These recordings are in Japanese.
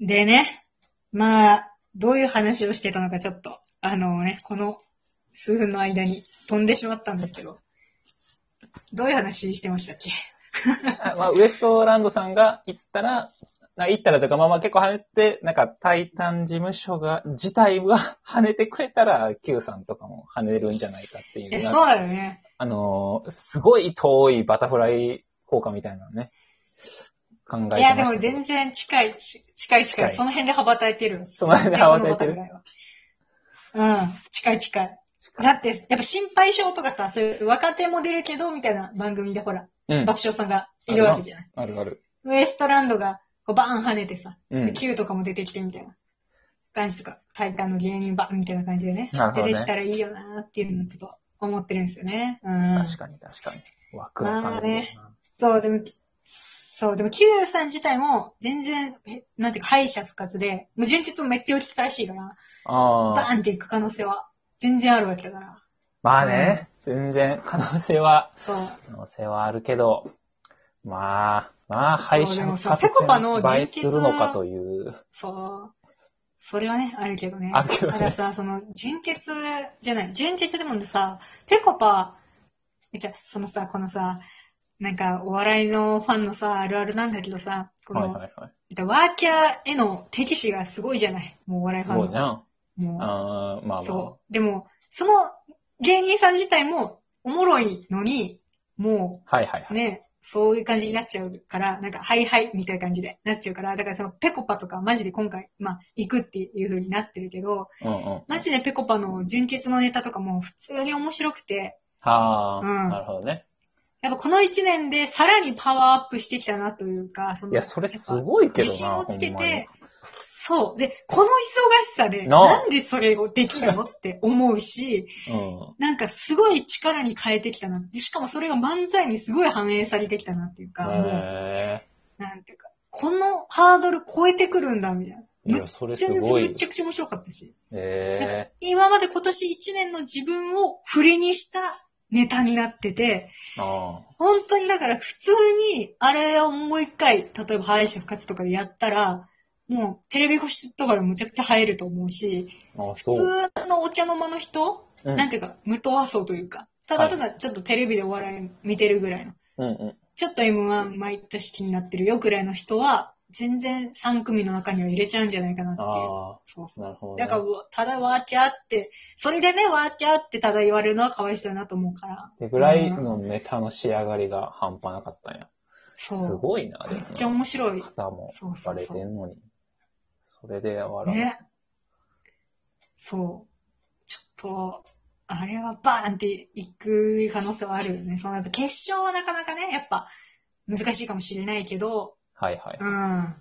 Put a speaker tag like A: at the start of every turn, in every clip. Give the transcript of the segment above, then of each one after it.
A: でね、まあ、どういう話をしてたのかちょっと、あのね、この数分の間に飛んでしまったんですけど、どういう話してましたっけ
B: あまあ、ウエストランドさんが行ったら、な行ったらというか、まあまあ結構跳ねて、なんか、タイタン事務所が、自体が跳ねてくれたら、Q さんとかも跳ねるんじゃないかっていう。
A: え、そうだよね。
B: あのー、すごい遠いバタフライ効果みたいなのね、考えてま
A: い
B: した
A: や、
B: け
A: で
B: ど。
A: も全然近い、ち近い近
B: 近い
A: い。その辺で羽ばたいてる。
B: その辺で羽ばたいてる
A: 全国のことぐらいは。うん、近い近い。だって、やっぱ心配性とかさ、そういう若手も出るけど、みたいな番組でほら、
B: うん。
A: 爆笑さんがいるわけじゃない。
B: あるある。
A: ウエストランドがこうバーン跳ねてさ、
B: うん。
A: Q とかも出てきてみたいな感じとか、タイタンの芸人バーンみたいな感じでね、
B: なるほど
A: 出
B: ね
A: てきたらいいよなーっていうのをちょっと思ってるんですよね。うん。
B: 確かに確かに。枠の感じだな。
A: そう、でも、そう、でも Q さん自体も全然、えなんていうか敗者復活で、もう純潔もめっちゃ落ちてたらしいから、
B: あ
A: バ
B: あ。
A: ーンっていく可能性は全然あるわけだから。
B: まあね、全然可能性は、
A: そう。
B: 可能性はあるけど、まあ、まあ、敗
A: そう
B: 者
A: でも
B: 復
A: さ
B: 活
A: ぺこぱの
B: 戦倍す
A: 純
B: る
A: 潔
B: のかという。
A: そう。それはね、あるけどね。
B: あるけどね
A: たださ、その、純潔じゃない、純潔でもさ、ぺこぱ、めっちゃ、そのさ、このさ、なんか、お笑いのファンのさ、あるあるなんだけどさ、こ
B: はい
A: の、
B: はいはい。
A: ワーキャーへの敵視がすごいじゃない。もうお笑い
B: す
A: ファン
B: ご
A: の。
B: いな。
A: もう、
B: あーまあまあ。
A: そう。でも、その芸人さん自体もおもろいのに、も
B: はいはいは
A: う
B: い。
A: ね、そういう感じになっちゃうから、なんか、はいはいみたいな感じでなっちゃうから、だからそのペコパとかマジで今回、まあ、行くっていう風になってるけど、
B: うんうん。
A: マジでペコパの純潔のネタとかも普通に面白くて、
B: はあ、
A: うん
B: なるほどね。
A: やっぱこの一年でさらにパワーアップしてきたなというか、その
B: いや、それす
A: やっぱ
B: ごいけどな。
A: 自信をつけ
B: ほんまに
A: て、そう。で、この忙しさで、
B: なあ
A: なんでそれをできるのって思うし、
B: うん。
A: なんかすごい力に変えてきたなって。しかもそれが漫才にすごい反映されてきたなっていうか、もう、
B: へ
A: なんていうか、このハードル超えてくるんだ、みたいな。
B: え。い
A: めっ
B: や、それ
A: ちゃ
B: す
A: め
B: ごい。
A: ちゃくちゃ面白かったし。
B: え
A: 今まで今年1年の自分を振りにしたネタになってて、
B: えあ
A: 本当にだから普通に、あれをもう一回、例えば敗者復活とかでやったら、もうテレビ越しとかでもむちゃくちゃ映えると思うし、
B: あ、あ
A: 普
B: そう。
A: 通のお茶の間の人
B: うん
A: なんていうか、無党派層というか、ただただちょっとテレビでお笑い見てるぐらいの、
B: うんうん。
A: ちょっと M1 毎年気になってるよぐらいの人は、全然3組の中には入れちゃうんじゃないかなっていう。
B: あ
A: そう
B: あ、
A: そう。
B: なるほど、ね。
A: だから、うわただワーキャーって、それでね、ワーキャーってただ言われるのはかわいそうだなと思うから。
B: ってぐらいのネタの仕上がりが半端なかったんや。
A: そう。
B: すごいな、で
A: め
B: も
A: っ
B: な。
A: ちゃ面白い。
B: 歌も
A: そうそ
B: バ
A: う
B: レ
A: そう
B: てんのに。それで笑う。
A: ね。そう。ちょっと、あれはバーンっていく可能性はあるよね。そのやっぱ決勝はなかなかね、やっぱ難しいかもしれないけど、
B: はいはい。
A: うん。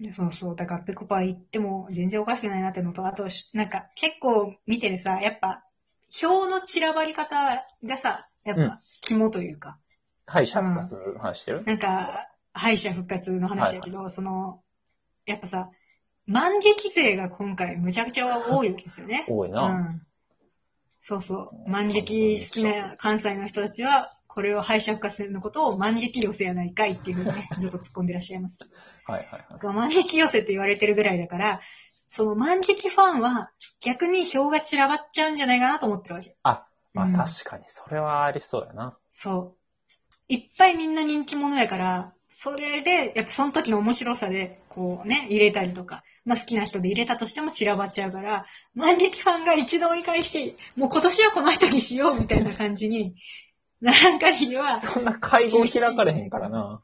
A: でそうそう。だから、ぺこぱ行っても全然おかしくないなってのと、あとし、なんか、結構見ててさ、やっぱ、票の散らばり方がさ、やっ
B: うん
A: ぱ、肝というか、
B: 敗者復活の話してる、
A: なんか、敗者復活の話だけど、その、やっぱさ、万劇勢が今回むちゃくちゃ多いわけですよね。
B: 多いうな。
A: ん。そうそう。万劇好きな関西の人たちは、これを敗者復活のことを万劇寄せやないかいっていうふうにね、ずっと突っ込んでらっしゃいます。
B: はいはいはい。
A: その万劇寄せって言われてるぐらいだから、その万劇ファンは逆に票が散らばっちゃうんじゃないかなと思ってるわけ。
B: あ、まあ
A: うん
B: 確かに、それはありそうやな。
A: そう。いっぱいみんな人気者やから、それで、やっぱその時の面白さで、こうね、入れたりとか、まあ好きな人で入れたとしても散らばっちゃうから、万劇ファンが一度追い返して、もう今年はこの人にしようみたいな感じに、ならん限りは、
B: そんな会合開かれへんからな。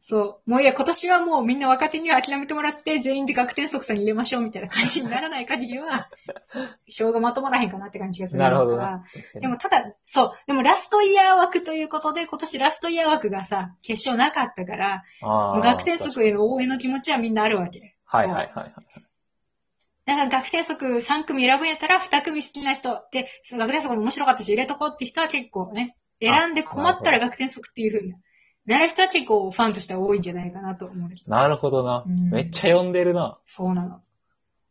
A: そう。もういや、今年はもうみんな若手には諦めてもらって、全員で学天即座に入れましょうみたいな感じにならない限りは、 票がまとまらへんかなって感じがする
B: なるほ
A: だ
B: ど
A: か
B: な
A: ら。でもただ、そう。でもラストイヤー枠ということで、今年ラストイヤー枠がさ、決勝なかったから、
B: あ
A: もう
B: ー
A: 学天即への応援の気持ちはみんなあるわけ。
B: はい
A: そう
B: はいはいはい。
A: だから学天即3組選ぶんやったら、2組好きな人で、その学天即も面白かったし、入れとこうって人は結構ね、選んで困ったら学天即っていう風になる人は結構ファンとしては多いんじゃないかなと思うけど。
B: なるほどな。
A: うん
B: めっちゃ呼んでるな。
A: そうなの。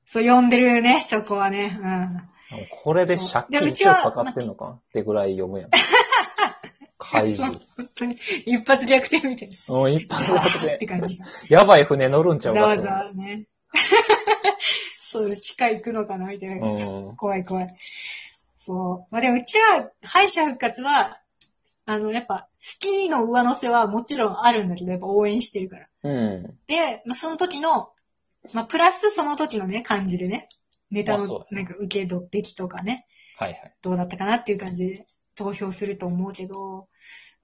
A: そう、呼んでるね、そこはね。うん。
B: でもこれで借
A: そうで
B: 金
A: うち
B: 1
A: は
B: 億かかってんのかってぐらい読むやん。ハイジ。
A: 本当に、一発逆転みたいな。
B: もう一発だ
A: って感じが。
B: やばい船乗るんちゃう
A: ざ
B: か
A: わ
B: と
A: ざわね。 そう、地下行くのかなみたいな。
B: うん。
A: 怖い怖い。そう。まあでもうちは、敗者復活は、あの、やっぱ、スキーの上乗せはもちろんあるんだけど、やっぱ応援してるから。
B: うん。
A: で、まあ、その時の、まあ、プラスその時のね、感じでね、ネタ
B: まあそう
A: の、なんか受け取ってきとかね、
B: はいはい。
A: どうだったかなっていう感じで投票すると思うけど、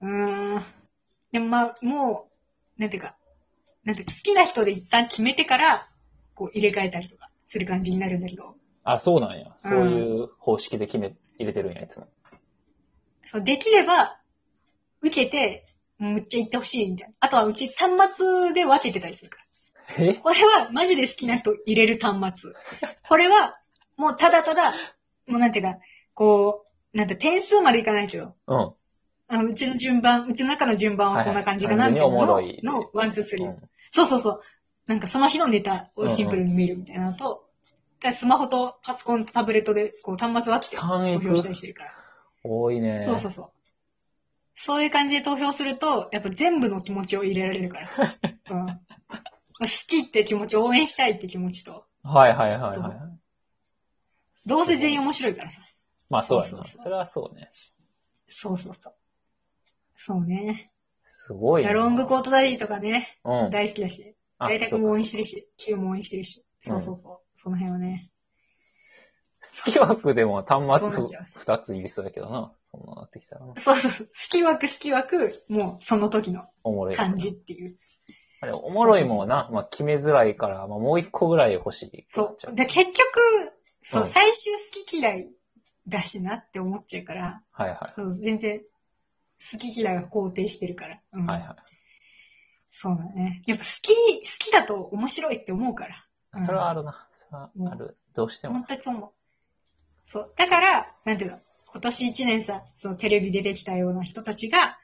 A: うーん。でもまあ、もう、なんていうか、なんていうか、好きな人で一旦決めてから、こう入れ替えたりとかする感じになるんだけど、
B: あ、そうなんや。そういう方式で決め、入れてるんや、いつも。
A: そう、できれば、受けて、むっちゃ行ってほしいみたいな。あとはうち端末で分けてたりするから。
B: え
A: これはマジで好きな人入れる端末。これは、もうただただ、もうなんていうか、こう、なんて点数までいかないけど、
B: うん。うん
A: あうちの順番、うちの中の順番はこんな感じかな
B: はい
A: み
B: は
A: た
B: い
A: いなの
B: 完
A: を
B: 全におもろ
A: の、
B: い
A: ワン、ツー、スリー。そうそうそう。なんかその日のネタをシンプルに見るみたいなのと、だからスマホとパソコンとタブレットで、こう端末分けて
B: 単
A: 投
B: 一
A: 票したりしてるから。
B: 多いね。
A: そうそうそう。そういう感じで投票すると、やっぱ全部の気持ちを入れられる から。うん、まあ好きって気持ち、応援したいって気持ちと、
B: はいはいはい
A: そ。
B: はいう
A: どうせ全員面白いからさ。
B: まあそうや
A: そう
B: な。
A: そうそう
B: それはそうね。
A: そうそうそう。そうね。
B: すごい
A: いや
B: な。
A: ロングコートダディとかね、
B: うん。
A: 大好きだし、
B: あ
A: 大体
B: そうか
A: も応援してるし、Q も応援してるし、そうそうそう。その辺はね。
B: 好き枠でも端
A: そうな
B: 末
A: っちゃう
B: 2つ入りそうやけどな。そんななってきたら
A: そうそうそう。好き枠好き枠、もうその時の
B: おもろい。
A: 感じっていう。
B: あれ、おもろいもんな。まあ決めづらいから、まあもう一個ぐらい欲しい。
A: そう。で、結局、そう、
B: うん
A: 最終好き嫌いだしなって思っちゃうから、
B: はいは
A: そう全然、好き嫌いは肯定してるから。うん
B: い。はいは
A: そうだね。やっぱ好き、好きだと面白いって思うから。うん
B: い。それはあるな。それはある。どうしても
A: 本。当にそう思う。そう。だから、なんていうの、今年一年さ、そのテレビ出てきたような人たちが、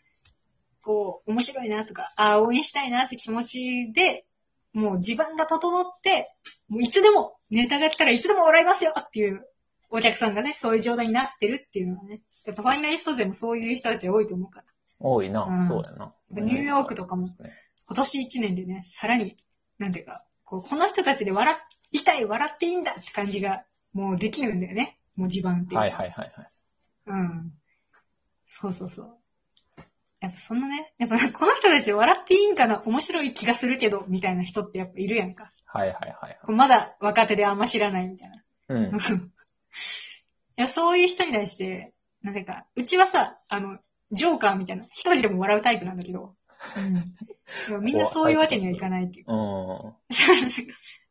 A: こう、面白いなとか、ああ、応援したいなって気持ちで、もう自分が整って、もういつでも、ネタが来たらいつでも笑いますよっていう、お客さんがね、そういう状態になってるっていうのはね、やっぱファイナリスト勢もそういう人たち多いと思うから。
B: 多いうな。
A: ん
B: そうやな。
A: ニューヨークとかも
B: ね
A: 今年一年でね、さらに、なんていうか、こうこの人たちで笑いたい、笑っていいんだって感じが、もうできるんだよね。もう地盤っていう。
B: はいはいはいはい。
A: うん。そうそうそう。やっぱそんなね、やっぱこの人たち笑っていいんかな、面白い気がするけど、みたいな人ってやっぱいるやんか。
B: はいはいはいはい。
A: こうまだ若手であんま知らないみたいな。
B: うん。
A: いや、そういう人に対して、なぜか、うちはさ、あの、ジョーカーみたいな、一人でも笑うタイプなんだけど、うん。でもみんなそういうわけにはいかないっていうか。
B: うん。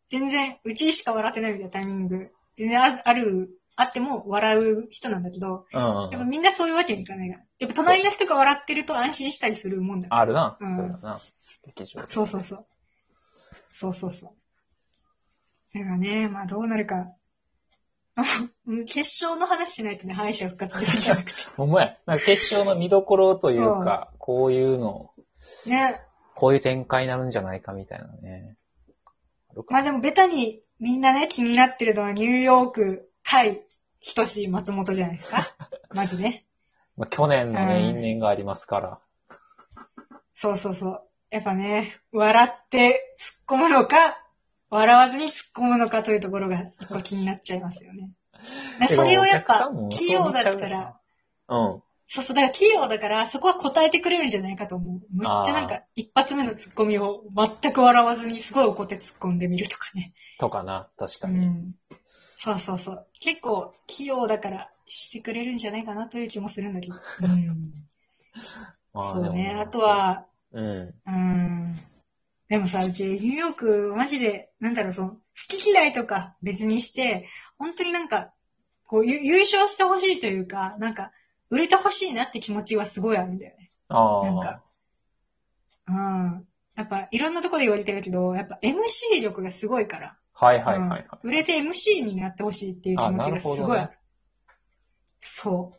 A: 全然、うちしか笑ってないみたいなタイミング、全然あある、あっても笑う人なんだけど、
B: うん
A: やっぱみんなそういうわけにいかないから。やっぱ隣の人が笑ってると安心したりするもんだから。
B: あるな。
A: うん
B: そうやな。劇場。
A: そうそうそう。そうそうそう。だからね、まあどうなるか。 うん決勝の話しないとね、敗者復活じゃできなく
B: ほんまや。なんか決勝の見どころというか、こういうの、
A: て。ね。
B: こういう展開になるんじゃないかみたいなね。るか
A: まあでもベタにみんなね、気になってるのはニューヨーク対、ひとし松本じゃないですか。まずね。
B: まあ、去年のね、
A: うん
B: 因縁がありますから。
A: そうそうそう。やっぱね、笑って突っ込むのか、笑わずに突っ込むのかというところが一個気になっちゃいますよね。だからそれをやっぱ
B: てかお客さんも、
A: 器用だったら、
B: うん。
A: そうそう、だから器用だから、そこは答えてくれるんじゃないかと思う。むっちゃなん
B: あ
A: か、一発目のツッコミを全く笑わずに、すごい怒って突っ込んでみるとかね。
B: とかな、確
A: う
B: かに。
A: ん。そうそうそう。結構、器用だから、してくれるんじゃないかなという気もするんだ けど。うん。
B: まあ
A: そうね。
B: でも
A: あと、は、
B: うん。
A: うん。でもさ、うち、ニューヨーク、マジで、なんだろう、その、好き嫌いとか別にして、本当になんか、こう、ゆ優勝してほしいというか、なんか、売れてほしいなって気持ちはすごいあるんだよね。
B: あ
A: なん
B: あ
A: か。うんやっぱいろんなところで言われてるけど、やっぱ MC 力がすごいから、
B: はいはいはいはい。
A: 売れて MC になってほしいっていう気持ちがす
B: あ
A: ご
B: ない
A: ある。
B: るほどね
A: そ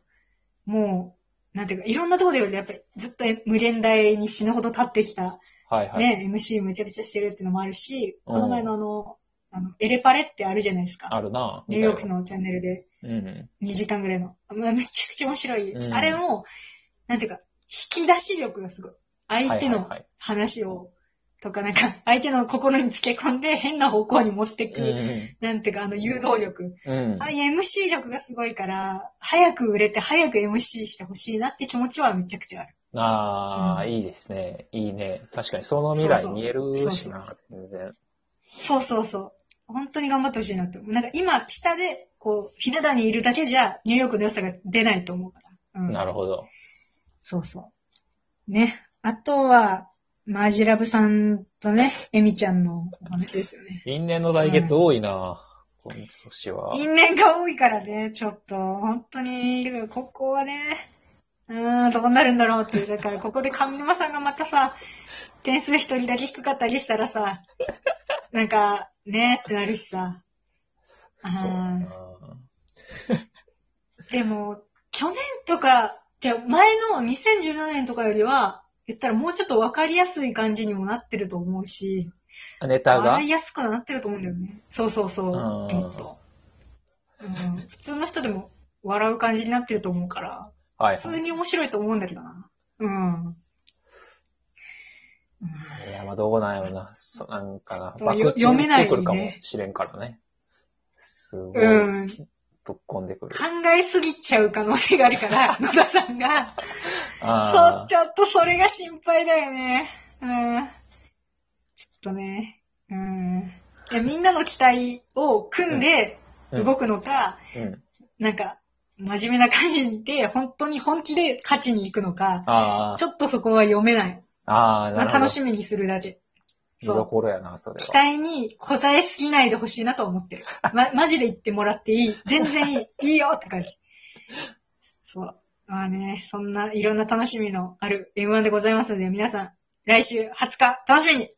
A: う。もう、なんていうか、いろんなところで言われて、やっぱりずっとえ無限大に死ぬほど立ってきた、
B: はいはい。
A: ね、MC めちゃくちゃしてるってのもあるし、
B: うん
A: この前のあの、あの、エレパレってあるじゃないですか。
B: あるな。
A: ニューヨークのチャンネルで
B: うん。
A: 2時間ぐらいの。まあめちゃくちゃ面白い。
B: うん
A: あれも、なんていうか、引き出し力がすごい。相手の
B: はいはい
A: 話を、とかなんか、相手の心につけ込んで変な方向に持って
B: はい
A: く、なんていうか、あの、誘導力。
B: うんうん
A: ああいう MC 力がすごいから、早く売れて早く MC してほしいなって気持ちはめちゃくちゃある。
B: ああ、
A: う
B: いいですね。いいね。確かに、その未来見える
A: そう
B: し
A: そう
B: な、
A: そう
B: 全然。
A: そうそうそう。本当に頑張ってほしいなって思う。なんか今、下で、こう、ひな壇にいるだけじゃ、ニューヨークの良さが出ないと思うから。うん。
B: なるほど。
A: そうそう。ね。あとは、マージラブさんとね、エミちゃんのお話ですよね。
B: 因縁の来月多いな、今年は。
A: 因縁が多いからね、ちょっと、本当に、ここはね、うーん、どうなるんだろうっていう。だから、ここで上沼さんがまたさ、点数一人だけ低かったりしたらさ、なんか、ねってなるしさ。
B: そうだな
A: でも、去年とか、じゃあ前の2017年とかよりは、言ったらもうちょっと分かりやすい感じにもなってると思うし、
B: ネタが
A: 笑いやすくはなってると思うんだよね。そうそうそう。
B: うん
A: もっとうん、普通の人でも笑う感じになってると思うから、
B: はい
A: 普通に面白いと思うんだけどな。うん。うん
B: いや、まあどうなんやろな。そなんか
A: ちょ
B: な、
A: っとよ
B: 爆
A: 読めない
B: 打ってくるかもしれんからね。すごい、
A: うん、考
B: ぶっこんでくる。
A: えすぎちゃう可能性があるから、野田さんが。そ
B: あ
A: う、ちょっとそれが心配だよね。うん。ちょっとね。うん。いや、みんなの期待を組んで
B: うん
A: 動くのか、
B: ーうん。
A: なんか、真面目な感じで、本当に本気で勝ちに行くのか、
B: あー
A: ちょっとそこは読めない。
B: あー、な
A: まあ、
B: るほど。
A: 楽しみにするだけ。
B: 見どころやな、それ
A: 期
B: は。
A: 待に応えすぎないでほしいなとは思ってる。 ま、マジで言ってもらっていい。全然いい。いいよって感じ。そう。まあね、そんないろんな楽しみのある M1 でございますので、皆さん、来週20日、楽しみに